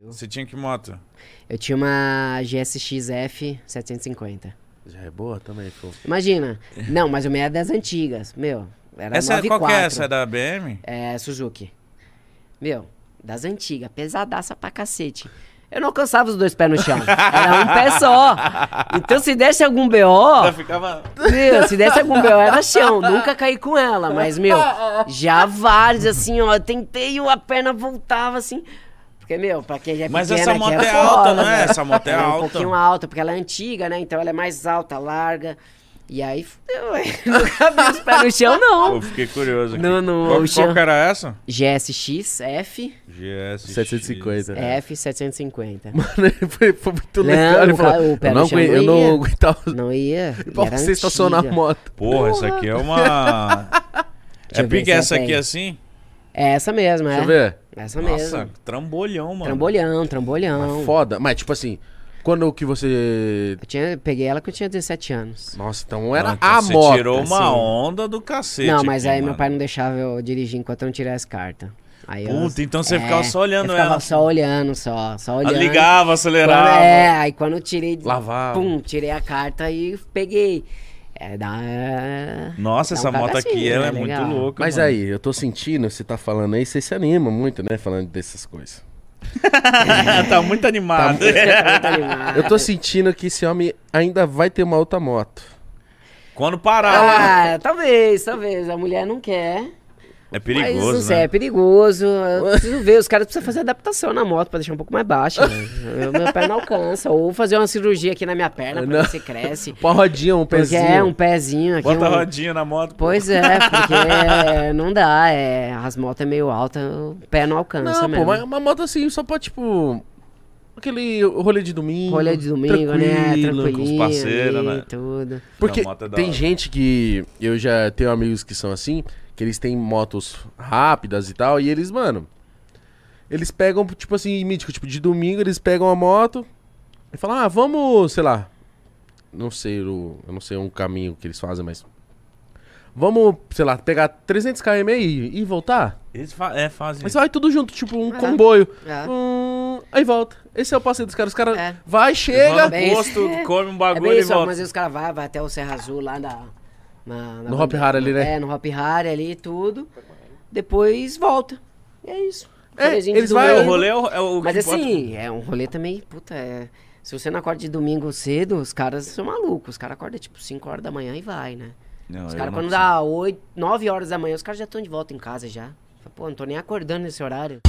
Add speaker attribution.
Speaker 1: Você tinha que moto?
Speaker 2: Eu tinha uma GSX-F 750.
Speaker 3: Já é boa também, pô.
Speaker 2: Imagina. Não, mas o meia das antigas. Meu, era
Speaker 1: É. essa é,
Speaker 2: 94.
Speaker 1: qual que é essa? É da BM?
Speaker 2: É, Suzuki. Meu, das antigas, pesadaça pra cacete. Eu não alcançava os dois pés no chão. Era um pé só. Então, se desse algum
Speaker 3: Ela
Speaker 2: BO,
Speaker 3: ficava.
Speaker 2: meu, se desse algum BO, era chão. Nunca caí com ela, mas, meu, já vários, assim, ó. Eu tentei e a perna voltava, assim. Porque, meu, pra quem já é
Speaker 1: Mas
Speaker 2: pequena,
Speaker 1: essa
Speaker 2: que
Speaker 1: moto
Speaker 2: era
Speaker 1: é alta,
Speaker 2: foda,
Speaker 1: não é?
Speaker 2: né?
Speaker 1: Essa moto é
Speaker 2: Ela um
Speaker 1: alta.
Speaker 2: pouquinho alta, porque ela é antiga, né? Então ela é mais alta, larga. E aí, fudeu, ué. nunca vi os pés no chão, não.
Speaker 1: Eu fiquei curioso. aqui.
Speaker 2: Não, não,
Speaker 1: qual,
Speaker 2: o
Speaker 1: qual
Speaker 2: chão.
Speaker 1: que era essa?
Speaker 2: GSX F,
Speaker 1: GS.
Speaker 3: 750. né?
Speaker 2: F750.
Speaker 3: Mano, ele foi, foi muito
Speaker 2: É. Não,
Speaker 3: legal. Ele
Speaker 2: o
Speaker 3: falou,
Speaker 2: cara- o pé
Speaker 3: eu,
Speaker 2: no
Speaker 3: não
Speaker 2: chão
Speaker 3: aguento-
Speaker 2: não
Speaker 3: eu
Speaker 2: ia."
Speaker 3: não aguentava
Speaker 2: Não ia. e
Speaker 3: pra
Speaker 2: era
Speaker 3: você estacionar a
Speaker 2: antiga.
Speaker 3: moto.
Speaker 1: Porra, essa aqui é uma.
Speaker 2: Deixa
Speaker 1: É
Speaker 2: eu ver
Speaker 1: pique
Speaker 2: se eu
Speaker 1: essa aqui
Speaker 2: tenho.
Speaker 1: assim?
Speaker 2: É essa mesma,
Speaker 3: Deixa eu
Speaker 2: é.
Speaker 3: ver.
Speaker 2: Essa
Speaker 1: Nossa,
Speaker 2: mesma.
Speaker 1: trambolhão, mano.
Speaker 2: Trambolhão,
Speaker 3: Mas
Speaker 2: trambolhão.
Speaker 3: foda. Mas, tipo assim, quando que você.
Speaker 2: Eu tinha, peguei ela quando eu tinha 17 anos.
Speaker 3: Nossa, então
Speaker 1: Não,
Speaker 3: era
Speaker 1: então
Speaker 3: a
Speaker 1: você
Speaker 3: moto.
Speaker 1: tirou uma
Speaker 3: assim.
Speaker 1: onda do cacete.
Speaker 2: não, mas
Speaker 1: aqui,
Speaker 2: aí meu
Speaker 1: mano.
Speaker 2: pai não deixava eu dirigir enquanto eu não tirasse carta. Aí eu- É,
Speaker 1: Puta, então você ficava só olhando
Speaker 2: eu ficava
Speaker 1: ela.
Speaker 2: só olhando, só. Só
Speaker 1: Ah,
Speaker 2: olhando.
Speaker 1: Ligava,
Speaker 2: Quando-
Speaker 1: acelerava.
Speaker 2: é, aí quando eu tirei.
Speaker 3: Lavava.
Speaker 2: Pum, tirei a carta e peguei. É, dá. é-
Speaker 1: Nossa,
Speaker 2: dá um
Speaker 1: essa moto aqui
Speaker 2: cagacinho,
Speaker 1: ela
Speaker 2: né?
Speaker 1: é muito
Speaker 2: Legal.
Speaker 1: louca.
Speaker 3: Mas
Speaker 1: mano.
Speaker 3: aí, eu tô sentindo, você tá falando aí, você se anima muito, né? Falando dessas coisas.
Speaker 1: tá muito animado.
Speaker 2: Tá muito animado.
Speaker 3: Eu tô sentindo que esse homem ainda vai ter uma outra moto.
Speaker 1: Quando parar.
Speaker 2: Ah, talvez, talvez. A mulher não quer.
Speaker 1: é
Speaker 2: mas não
Speaker 1: perigoso,
Speaker 2: sei,
Speaker 1: né?
Speaker 2: é perigoso. Eu preciso ver, os caras precisam fazer adaptação na moto pra deixar um pouco mais baixa. né? Eu- Meu pé não alcança. Ou fazer uma cirurgia aqui na minha perna pra
Speaker 3: Não.
Speaker 2: ver se cresce.
Speaker 3: Uma rodinha, um
Speaker 2: Porque
Speaker 3: pezinho.
Speaker 2: é um pezinho aqui.
Speaker 1: Bota a
Speaker 2: um-
Speaker 1: rodinha na moto. pô.
Speaker 2: Pois é, porque é, não dá. É, as motos é meio alta, o pé não alcança
Speaker 3: Não,
Speaker 2: mesmo.
Speaker 3: pô, mas uma moto assim, só pra, tipo... Aquele rolê de domingo.
Speaker 2: Rolê de domingo, né? Tranquilinho,
Speaker 1: parceiros,
Speaker 2: ali,
Speaker 1: né?
Speaker 2: tudo.
Speaker 3: Porque
Speaker 1: Não, moto é da
Speaker 3: tem
Speaker 1: hora.
Speaker 3: gente que... Eu já tenho amigos que são assim, que eles têm motos rápidas e tal, e eles, mano... Eles pegam, tipo assim, mítico, tipo, de domingo eles pegam a moto e falam, ah, vamos, sei lá... Não sei o... Eu não sei um caminho que eles fazem, mas... Vamos, sei lá, pegar 300 km aí e voltar?
Speaker 1: Eles fa- é, fazem.
Speaker 3: Mas vai tudo junto, tipo um comboio.
Speaker 2: É.
Speaker 3: Hum, aí volta. Esse é o passeio dos caras. Os caras
Speaker 2: É.
Speaker 3: vai,
Speaker 1: Eles vão
Speaker 3: chega.
Speaker 1: no
Speaker 2: Bem-
Speaker 1: posto, come um
Speaker 2: É
Speaker 1: bagulho
Speaker 2: bem
Speaker 1: e
Speaker 2: isso,
Speaker 1: volta.
Speaker 2: mas os caras vão vai até o Serra Azul lá na, na- na
Speaker 3: No Hop Hari ali, né?
Speaker 2: É, no Hop Hari ali e tudo. Depois volta. E é isso.
Speaker 3: É,
Speaker 2: Rolezinho
Speaker 3: eles
Speaker 2: de
Speaker 3: vai-
Speaker 1: É, o
Speaker 2: domingo.
Speaker 1: rolê é o, é o que
Speaker 2: Mas
Speaker 1: importa.
Speaker 2: assim, é um rolê também, puta, é... Se você não acorda de domingo cedo, os caras são malucos. Os caras acordam tipo 5 horas da manhã e vai, né?
Speaker 1: Não,
Speaker 2: Os
Speaker 1: eu
Speaker 2: caras
Speaker 1: não
Speaker 2: quando
Speaker 1: consigo.
Speaker 2: dá 8, 9 horas da manhã, os caras já estão de volta em casa já. Fala, Pô, não tô nem acordando nesse horário.